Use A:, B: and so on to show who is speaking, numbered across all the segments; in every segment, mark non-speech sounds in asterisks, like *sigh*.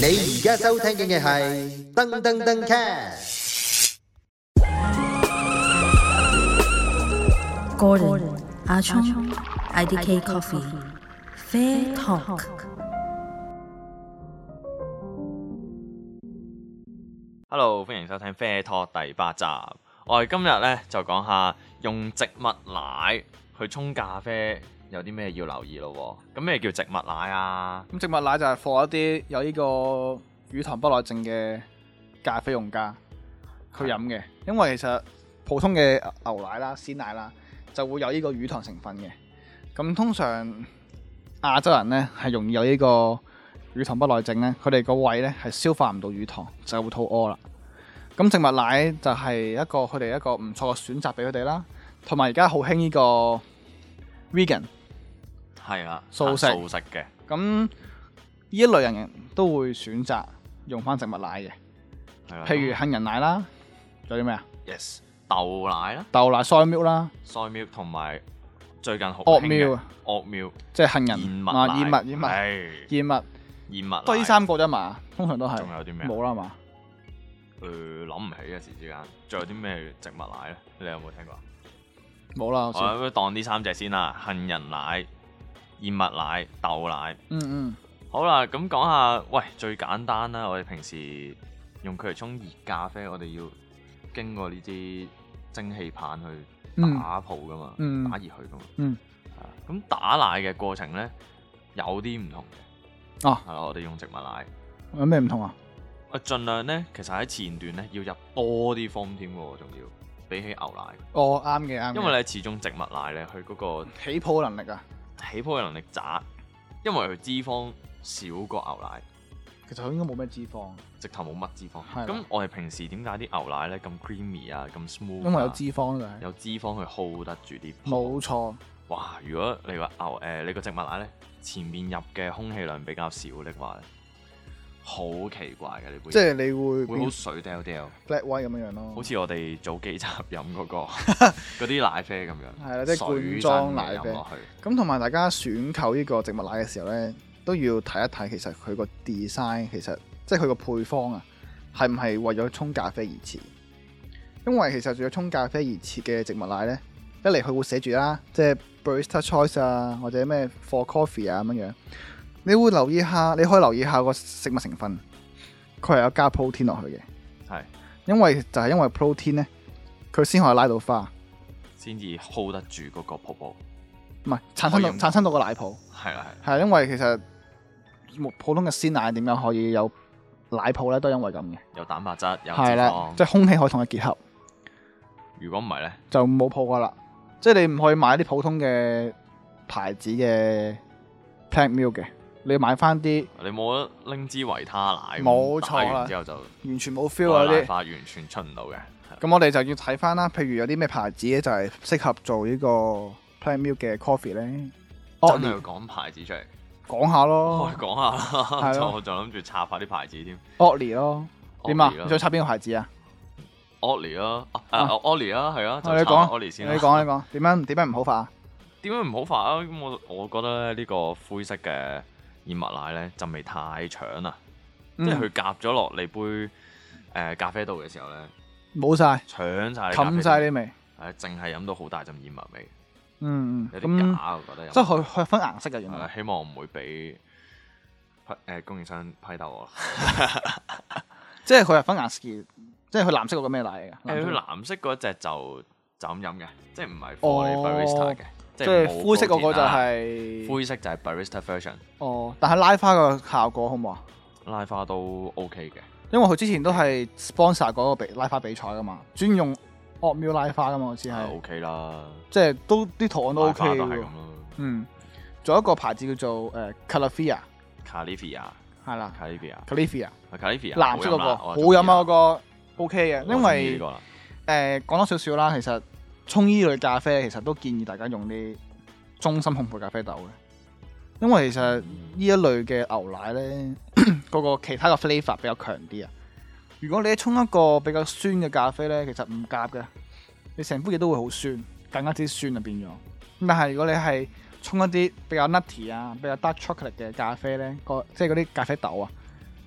A: 你而家收聽嘅係噔噔噔 cast。
B: Gordon 阿聰 IDK Coffee Fair Talk。
C: Hello，歡迎收聽《啡托》第八集。我哋今日咧就講下用植物奶去沖咖啡有啲咩要留意咯喎。咁咩叫植物奶啊？
D: 咁植物奶就係放一啲有呢個乳糖不耐症嘅咖啡用家佢飲嘅，因為其實普通嘅牛奶啦、鮮奶啦就會有呢個乳糖成分嘅。咁通常亞洲人呢係容易有呢個乳糖不耐症呢，佢哋個胃呢係消化唔到乳糖，就會肚屙啦。咁植物奶就係一個佢哋一個唔錯嘅選擇俾佢哋啦，同埋而家好興呢個 vegan。
C: 係啦，
D: 素食
C: 啊素食嘅。
D: 咁呢一類人都會選擇用翻植物奶嘅，
C: 係啦
D: 譬如杏仁奶啦，仲有啲咩啊？
C: 咁 yes 豆奶啦、
D: 豆奶 soy milk 啦，
C: soy milk 同埋最近好
D: 惡
C: 興
D: 苗
C: 嘅
D: 啊
C: 惡苗
D: 即係杏仁
C: 燕麥
D: 啊，
C: 奶
D: 燕麥燕麥
C: 係
D: 燕麥，
C: 燕麥
D: 都係呢三個啫嘛，通常都係
C: 仲有啲咩啊
D: 冇啦嘛。
C: 誒呃諗唔起啊一時之間，仲有啲咩植物奶咧？你有冇聽過啊？
D: 冇啦，好似
C: 我當呢三隻先啦，杏仁奶、燕麥奶、豆奶。
D: 嗯嗯，
C: 好啦，咁講下，喂，最簡單啦，我哋平時用佢嚟沖熱咖啡，我哋要經過呢啲蒸汽棒去
D: 嗯
C: 打泡噶嘛，
D: 嗯
C: 打熱佢噶嘛。
D: 嗯
C: 啊。咁打奶嘅過程咧，有啲唔同嘅。
D: 哦
C: 係啦，我哋用植物奶，
D: 有咩唔同啊？
C: 我盡量咧，其實喺前段咧要入多啲 foam 添喎，仲要比起牛奶，
D: 哦，啱嘅啱嘅，
C: 因為咧始終植物奶咧，佢嗰個
D: 起泡能力啊，
C: 起泡嘅能力渣，因為佢脂肪少過牛奶。
D: 其實佢應該冇咩脂肪，
C: 直頭冇乜脂肪。
D: 係啦
C: 咁我哋平時點解啲牛奶咧咁 creamy 啊，咁 smooth？啊
D: 因為有脂肪就係
C: 有脂肪去 hold 得住啲泡。
D: 冇錯，
C: 哇！如果你個牛誒、呃你個植物奶咧前面入嘅空氣量比較少的話咧，好奇怪嘅你杯嘢，
D: 即係你會
C: 會好
D: 變
C: 水掉掉，
D: flat white 咁樣樣咯，
C: 好似我哋早幾集飲
D: *laughs*
C: 嗰、個嗰啲奶啡咁樣。
D: 係啦即係罐
C: 水
D: 裝
C: 真
D: 奶
C: 嘅飲
D: 啡
C: 落去。
D: 咁同埋大家選購呢個植物奶嘅時候呢，都要睇一睇其實佢個 design 其實即係佢個配方啊，係唔係為咗沖咖啡而設？因為其實仲有沖咖啡而設嘅植物奶呢，一嚟佢會寫住啦，即係 barista choice 啊，或者咩 for coffee 啊咁樣樣。你會留意下，你可以留意下個食物成分，佢係有加 protein 落去嘅，
C: 係
D: 因為就係因為 protein 呢，佢先可以拉到花，
C: 先至 hold 得住嗰個泡泡。
D: 唔係產生
C: 可以
D: 到
C: 用
D: 產生到個奶泡。
C: 係啦係啦。
D: 係因為其實普通嘅鮮奶點樣可以有奶泡咧，都因為咁嘅。
C: 有蛋白質，有脂
D: 係啦
C: 肪，。
D: 即係空氣可以同佢結合，
C: 如果唔係咧，
D: 就冇泡噶啦。即係你唔可以買啲普通嘅牌子嘅 plant milk 嘅，你買翻啲
C: 你冇得拎支維他奶咁，
D: 冇錯啦
C: 打完之後就
D: 完全冇 feel
C: 個
D: 嗰
C: 奶
D: 啲。
C: 化完全出唔到嘅。係啦
D: 咁我哋就要睇翻啦，譬如有啲咩牌子咧，就係適合做呢個 plant milk 嘅 coffee 咧。哦
C: 真，係要講牌子出嚟，
D: 講下
C: *laughs* 我
D: 咯
C: 哋講下啦。
D: 係咯
C: 就我就諗住插下啲牌子添。
D: ，Oatly 咯，點啊？
C: Ollie
D: 你
C: 啦
D: 想插邊個牌子啊？
C: Ollie 啦，啊
D: 啊
C: 啊 Ollie 啦，係啊，
D: 啊你
C: 就插
D: 講
C: Ollie
D: 你
C: 先啦。
D: 講，你講，點樣點樣唔好法啊？
C: 點解唔好發啊？咁我我覺得咧呢個灰色嘅燕麥奶咧陣味太搶啦，
D: 嗯
C: 即係佢夾咗落你杯誒咖啡度嘅時候咧，
D: 嗯冇晒，
C: 搶晒你咖啡
D: 冚晒啲味。
C: 係淨係飲到好大陣燕麥味，
D: 嗯，
C: 有
D: 嗯
C: 啲
D: 咁
C: 假我覺得有。
D: 即係佢佢分顏色嘅原來。
C: 誒希望唔會俾批誒供應商批鬥 *laughs* 我啦。
D: 即係佢係分顏色嘅，即係佢藍色嗰個咩奶嚟㗎？
C: 誒，
D: 藍色
C: 藍色嗰只就就咁飲嘅，即係唔係 for 你
D: 嗯哦
C: barista 嘅，即
D: 即
C: 係
D: 係
C: 冇
D: 灰色嗰個
C: protein
D: 就
C: 啦
D: 係
C: 灰色就係 barista version，
D: 哦，但係拉花個效果好唔好啊？
C: 拉花都 OK 嘅，
D: 因為佢之前都係 sponsor 嗰個比拉花比賽㗎嘛，專用惡苗拉花㗎嘛，我知
C: 係
D: 係
C: OK 啦，
D: 即係都啲圖案都
C: 拉
D: OK
C: 花都係
D: 嘅
C: 咁。咯。
D: 嗯，仲有一個牌子叫做誒 Califia
C: Califia
D: 係啦
C: Califia
D: ，Califia
C: Califia
D: 藍色嗰個
C: 啊好
D: 好
C: 飲
D: 飲
C: 啦
D: 啊
C: 我
D: 嗰個 OK 嘅，
C: 就中意啦我
D: 因
C: 中意呢
D: 為
C: 個啦
D: 誒講多少少啦，其實沖呢類咖啡其實都建議大家用啲中心烘焙咖啡豆嘅，因為其實呢一類嘅牛奶呢， *clears throat* 嗰個其他嘅 flavor 比較強啲啊。如果你一沖一個比較酸嘅咖啡呢，其實唔夾嘅，你成杯嘢都會好酸，更加之酸啊變咗。咁但係如果你係沖一啲比較 nutty 啊、比較 dark chocolate 嘅咖啡呢，個即係嗰啲咖啡豆啊，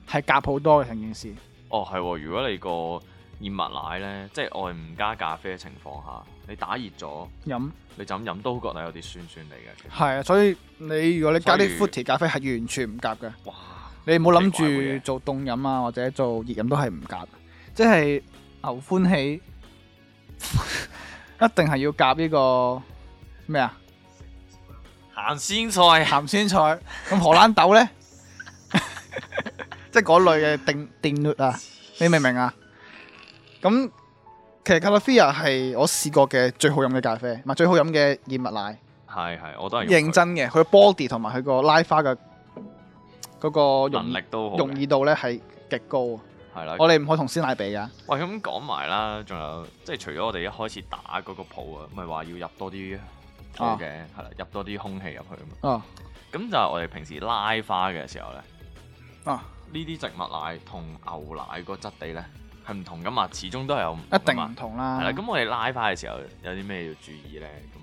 D: 係夾好多嘅成件事。
C: 哦，係喎，如果你個燕麥奶咧，即係外唔加咖啡嘅情況下，你打熱咗，
D: 飲
C: 你就咁飲都覺得有啲酸酸地嘅。其實
D: 係啊，所以你如果你加啲
C: 所以
D: fruity 咖啡係完全唔夾嘅，
C: 哇！
D: 你唔好諗
C: 奇怪嘅嘢
D: 住做凍飲啊或者做熱飲都係唔夾，即係牛歡喜一定係要夾呢個咩啊
C: 鹹鮮菜
D: 鹹酸菜，咁荷蘭豆咧， *laughs* 即係嗰類嘅定定律啊，你明唔明啊？咁其實 c a l a f i a 係我試過嘅最好飲嘅咖啡，唔係最好飲嘅燕麥奶。
C: 係係，我都係用佢
D: 認真嘅，佢 body 同埋佢個拉花嘅嗰個容
C: 能力都好嘅
D: 容易度咧係極高。啊
C: 係啦。
D: 我哋唔可以同鮮奶比噶，
C: 喂，咁講埋啦，仲有即係除咗我哋一開始打嗰個鋪啊，咪話要入多啲土嘅，
D: 啊
C: 係啦、入多啲空氣入去啊嘛。
D: 哦
C: 咁就係我哋平時拉花嘅時候咧，
D: 哦，
C: 呢啲植物奶同牛奶個質地咧係唔同噶嘛，始終都係有唔
D: 一
C: 同㗎
D: 定
C: 嘛
D: 唔同
C: 係
D: 啦
C: 啦，。咁我哋拉花嘅時候有啲咩要注意咧？咁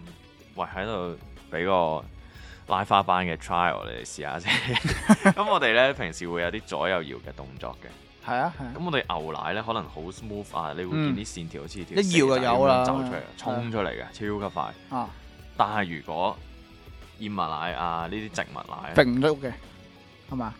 C: 喂喺度俾個拉花班嘅 trial 你哋試下先。
D: *laughs*
C: 咁我哋咧平時會有啲左右搖嘅動作嘅。
D: 係啊係啊，
C: 咁我哋牛奶咧可能好 smooth 啊，你會見
D: 嗯
C: 啲線條好似條
D: 一搖就有啦
C: 蛇仔咁樣走出嚟，
D: 係啊
C: 衝出嚟嘅，超級快。
D: 啊
C: 但係如果燕麥奶啊呢啲植物奶呢
D: 並唔喐嘅，係嘛？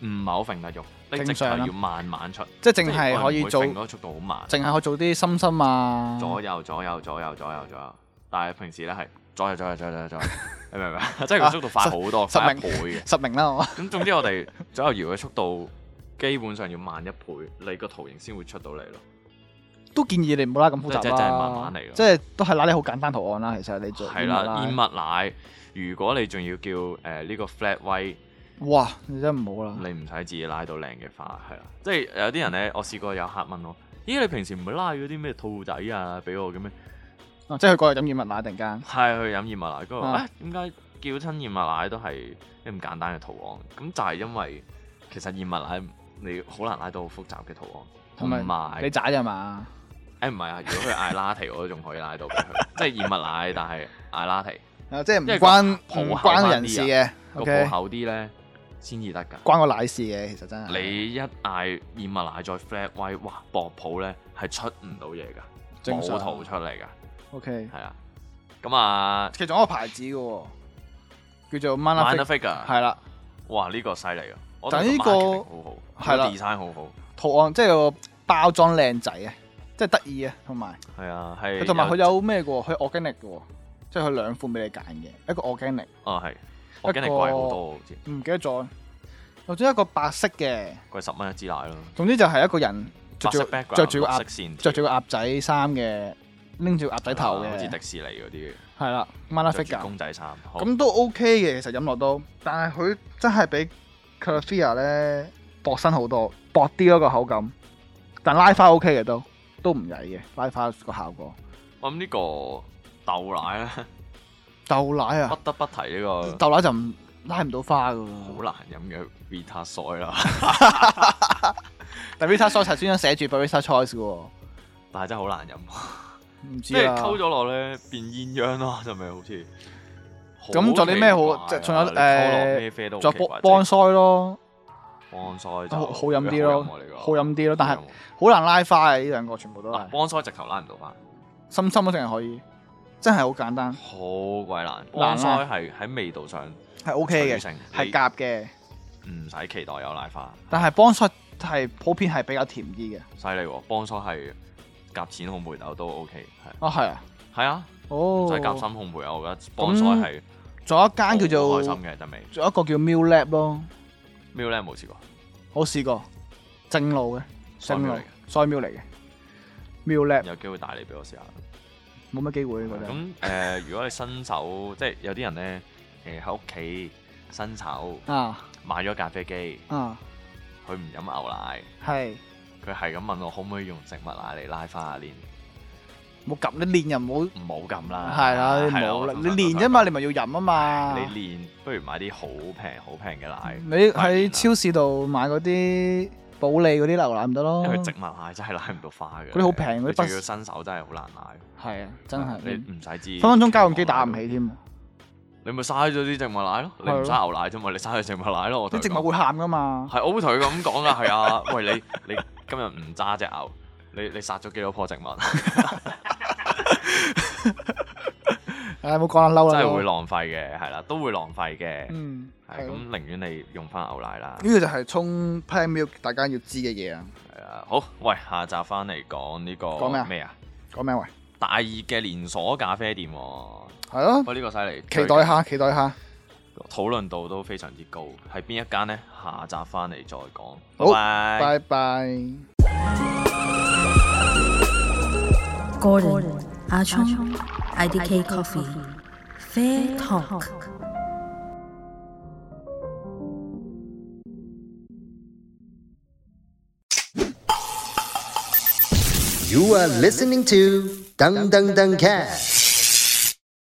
C: 唔係好揈得喐，你直
D: 正
C: 頭
D: 常啦
C: 要慢慢出，
D: 即係淨係可以做，
C: 嗰
D: 淨
C: 個速度好慢。
D: 係可以做啲心心啊，
C: 左右左右左右左右左右，但係平時咧係左右左右左右 *laughs* 左右，你明唔明啊？即係個速度快好多，
D: 十
C: 快一
D: 明
C: 倍嘅。
D: 實名啦我。 *laughs*
C: 咁總之我哋左右搖嘅速度基本上要慢一倍，你個圖形先會出到嚟咯。
D: 都建議你唔好拉咁複
C: 即
D: 雜啦，
C: 係即係慢慢嚟咯
D: 即係都係拉啲好簡單圖案啦。其實你做
C: 係
D: 燕麥
C: 啦，
D: 奶
C: 燕麥奶，如果你仲要叫誒呢個 flat white，
D: 哇，你真係唔好啦。
C: 你唔使自己拉到靚嘅花，係啦。即係有啲人咧，我試過有客問我：咦，你平時唔會拉嗰啲咩兔仔啊俾我嘅咩？
D: 啊即係佢過去飲燕麥奶，突然間
C: 係去飲燕麥奶，嗰個
D: 啊
C: 啊點解叫親燕麥奶都係啲咁簡單嘅圖案？咁就係因為其實燕麥奶你好難拉到好複雜嘅圖案，同
D: 同埋
C: 埋
D: 你渣啫嘛。
C: 誒唔係啊！如果佢嗌拉提，我都仲可以拉到俾
D: *laughs*
C: 佢，即係燕麥奶，但係嗌拉提
D: 啊，即係唔
C: 因為個
D: 關
C: 鋪
D: 唔
C: 口翻啲
D: 關
C: 啊
D: 人事嘅
C: 個
D: ，OK，啊
C: 鋪厚啲咧先至得㗎。
D: 關個奶事嘅，其實真係
C: 你一嗌燕麥奶再 flat white，哇薄譜咧係出唔到嘢㗎，
D: 正
C: 冇
D: 常啊
C: 圖出嚟㗎，
D: OK。
C: 係啦。咁啊
D: 其中一個牌子嘅喎，叫做 m a n
C: m a
D: a
C: n
D: f
C: a f i
D: i c
C: g u r
D: 係啦，
C: 哇！呢、個犀利啊！我覺
D: 但
C: 得
D: 係呢
C: 個
D: 個
C: marketing 好好，
D: 係
C: 個
D: 啦
C: design 好好，
D: 圖案即係個包裝靚仔啊，即係得意啊，同埋
C: 係啊，係
D: 佢同埋佢有咩嘅喎？佢 organic 嘅喎，即係佢兩款俾你揀嘅，一個 organic，
C: 哦係，我驚你貴好多，好似
D: 唔記得咗，或者一個白色嘅，
C: 貴十蚊一支奶咯，
D: 總之就係一個人
C: 白
D: 着住
C: 色
D: 着
C: background，
D: 住個
C: 綠色
D: 鴨
C: 線條，
D: 着住個鴨仔衫嘅，拎住個鴨仔頭
C: 好似啊迪
D: 嘅，
C: 士尼嗰啲
D: 係啦 m a n a
C: 嘅，着
D: f i c
C: 住
D: u
C: 公仔衫，好
D: 咁都 OK 嘅，其實飲落都，但係佢真係比 c a l a f i a 咧薄身好多，薄啲嗰個口感，但拉花 OK 嘅都都唔曳嘅，拉花個效果。
C: 我諗呢個豆奶咧，
D: 豆奶
C: 不
D: 啊，
C: 得不提呢個
D: 豆奶就唔拉唔到花噶喎。
C: 好難飲嘅 Vita Soy 啦， *laughs*
D: 但 Vita Soy 頭先寫住 Barista Choice 嘅喎，
C: 但係真係好難飲，
D: 唔啊
C: 即
D: 知
C: 係
D: 啊。
C: 溝咗落咧變鴛鴦咯，就咪好似
D: 咁仲有啲咩好
C: 奇怪啊
D: 即係仲有
C: 你溝落
D: 誒
C: 咩啡都好
D: 仲
C: 奇
D: 有
C: 怪
D: 幫 o 咯，
C: 幫腮就啊
D: 好好飲啲咯，好飲啲咯，但係
C: 係。
D: 好難拉花嘅呢兩個全部都係
C: 嗱，，幫腮直頭拉唔到翻，
D: 深深都淨係可以，真係好簡單，
C: 好鬼難。幫
D: 難
C: 腮
D: 啊
C: 係喺味道上
D: 係 OK
C: 取
D: 嘅，
C: 勝，
D: 係
C: 你
D: 夾嘅。
C: 唔使期待有奶花，
D: 但係幫出係普遍係比較甜啲嘅。
C: 犀利喎！幫腮係夾淺烘焙豆都 OK，係
D: 啊，係啊，
C: 係啊，
D: 哦
C: 就，係夾深烘焙啊！我覺得幫腮係
D: 仲有一間叫
C: 好
D: 做，
C: 開心
D: 仲
C: 嘅真味。
D: 有一個叫 Mill Lab 咯，
C: Miu 咧冇試過，
D: 我試過正路嘅，
C: 腮
D: 正
C: Miu
D: 路
C: 嚟嘅
D: 衰 Mill 嚟嘅，Mill Lab
C: 有機會帶你俾我試下。
D: 冇乜機會覺得。
C: 咁誒，如果你新手，即係有啲人咧，誒喺屋企新手
D: 啊
C: 買咗咖啡機，
D: 啊，
C: 佢唔飲牛奶，
D: 係
C: 佢係咁問我可唔可以用植物奶嚟拉花啊？連
D: 冇撳你練又唔
C: 唔好咁啦，
D: 好，係啦，你
C: 係啊
D: 冇
C: 我
D: 啦，
C: 通
D: 你
C: 常
D: 練
C: 都
D: 啫
C: 係
D: 嘛，
C: 咁
D: 你咪要飲啊嘛。
C: 你練不如買啲好平好平嘅奶，
D: 你喺超市度買嗰啲保利嗰啲牛奶唔得咯
C: 因，為植物奶真係拉唔到花嘅，
D: 嗰啲好平嗰啲
C: 你
D: 不
C: 仲要新手真係好難拉，
D: 係啊，真係
C: 你唔使知
D: 分分鐘家用機打唔起添。
C: 你咪嘥咗啲植物奶咯，你唔
D: 係咯
C: 嘥牛奶啫嘛，你嘥咗植物奶咯。我同
D: 啲
C: 佢
D: 植
C: 講
D: 物會喊噶嘛，
C: 係，我會同佢咁講噶，係啊， *laughs* 喂你你今日唔揸只牛，你你殺咗幾多棵植物，
D: 啊唉，冇講啦，嬲啦，
C: *laughs* 真係
D: 嬲
C: 會浪費嘅，係啦，都會浪費嘅，
D: 啊嗯，
C: 係
D: 係咯嗯
C: 咁，寧願你用翻牛奶啦，
D: 呢個就係沖 plan milk 大家要知嘅嘢啊，
C: 係啊，好，喂，下集翻嚟講呢
D: 講咩
C: 個
D: 啊
C: 咩啊？
D: 講咩喂？
C: 大熱嘅連鎖咖啡店喎，
D: 係咯，
C: 喂呢個犀利，
D: *laughs* 期待下，期待下，
C: 最近討論度都非常之高，係邊一間呢？下集翻嚟再講，
D: 好
C: 拜拜。
D: 拜拜。
B: Gordon, Achong, IDK Coffee, Fair Talk.
A: You are listening to Dung Dung Dung Cat.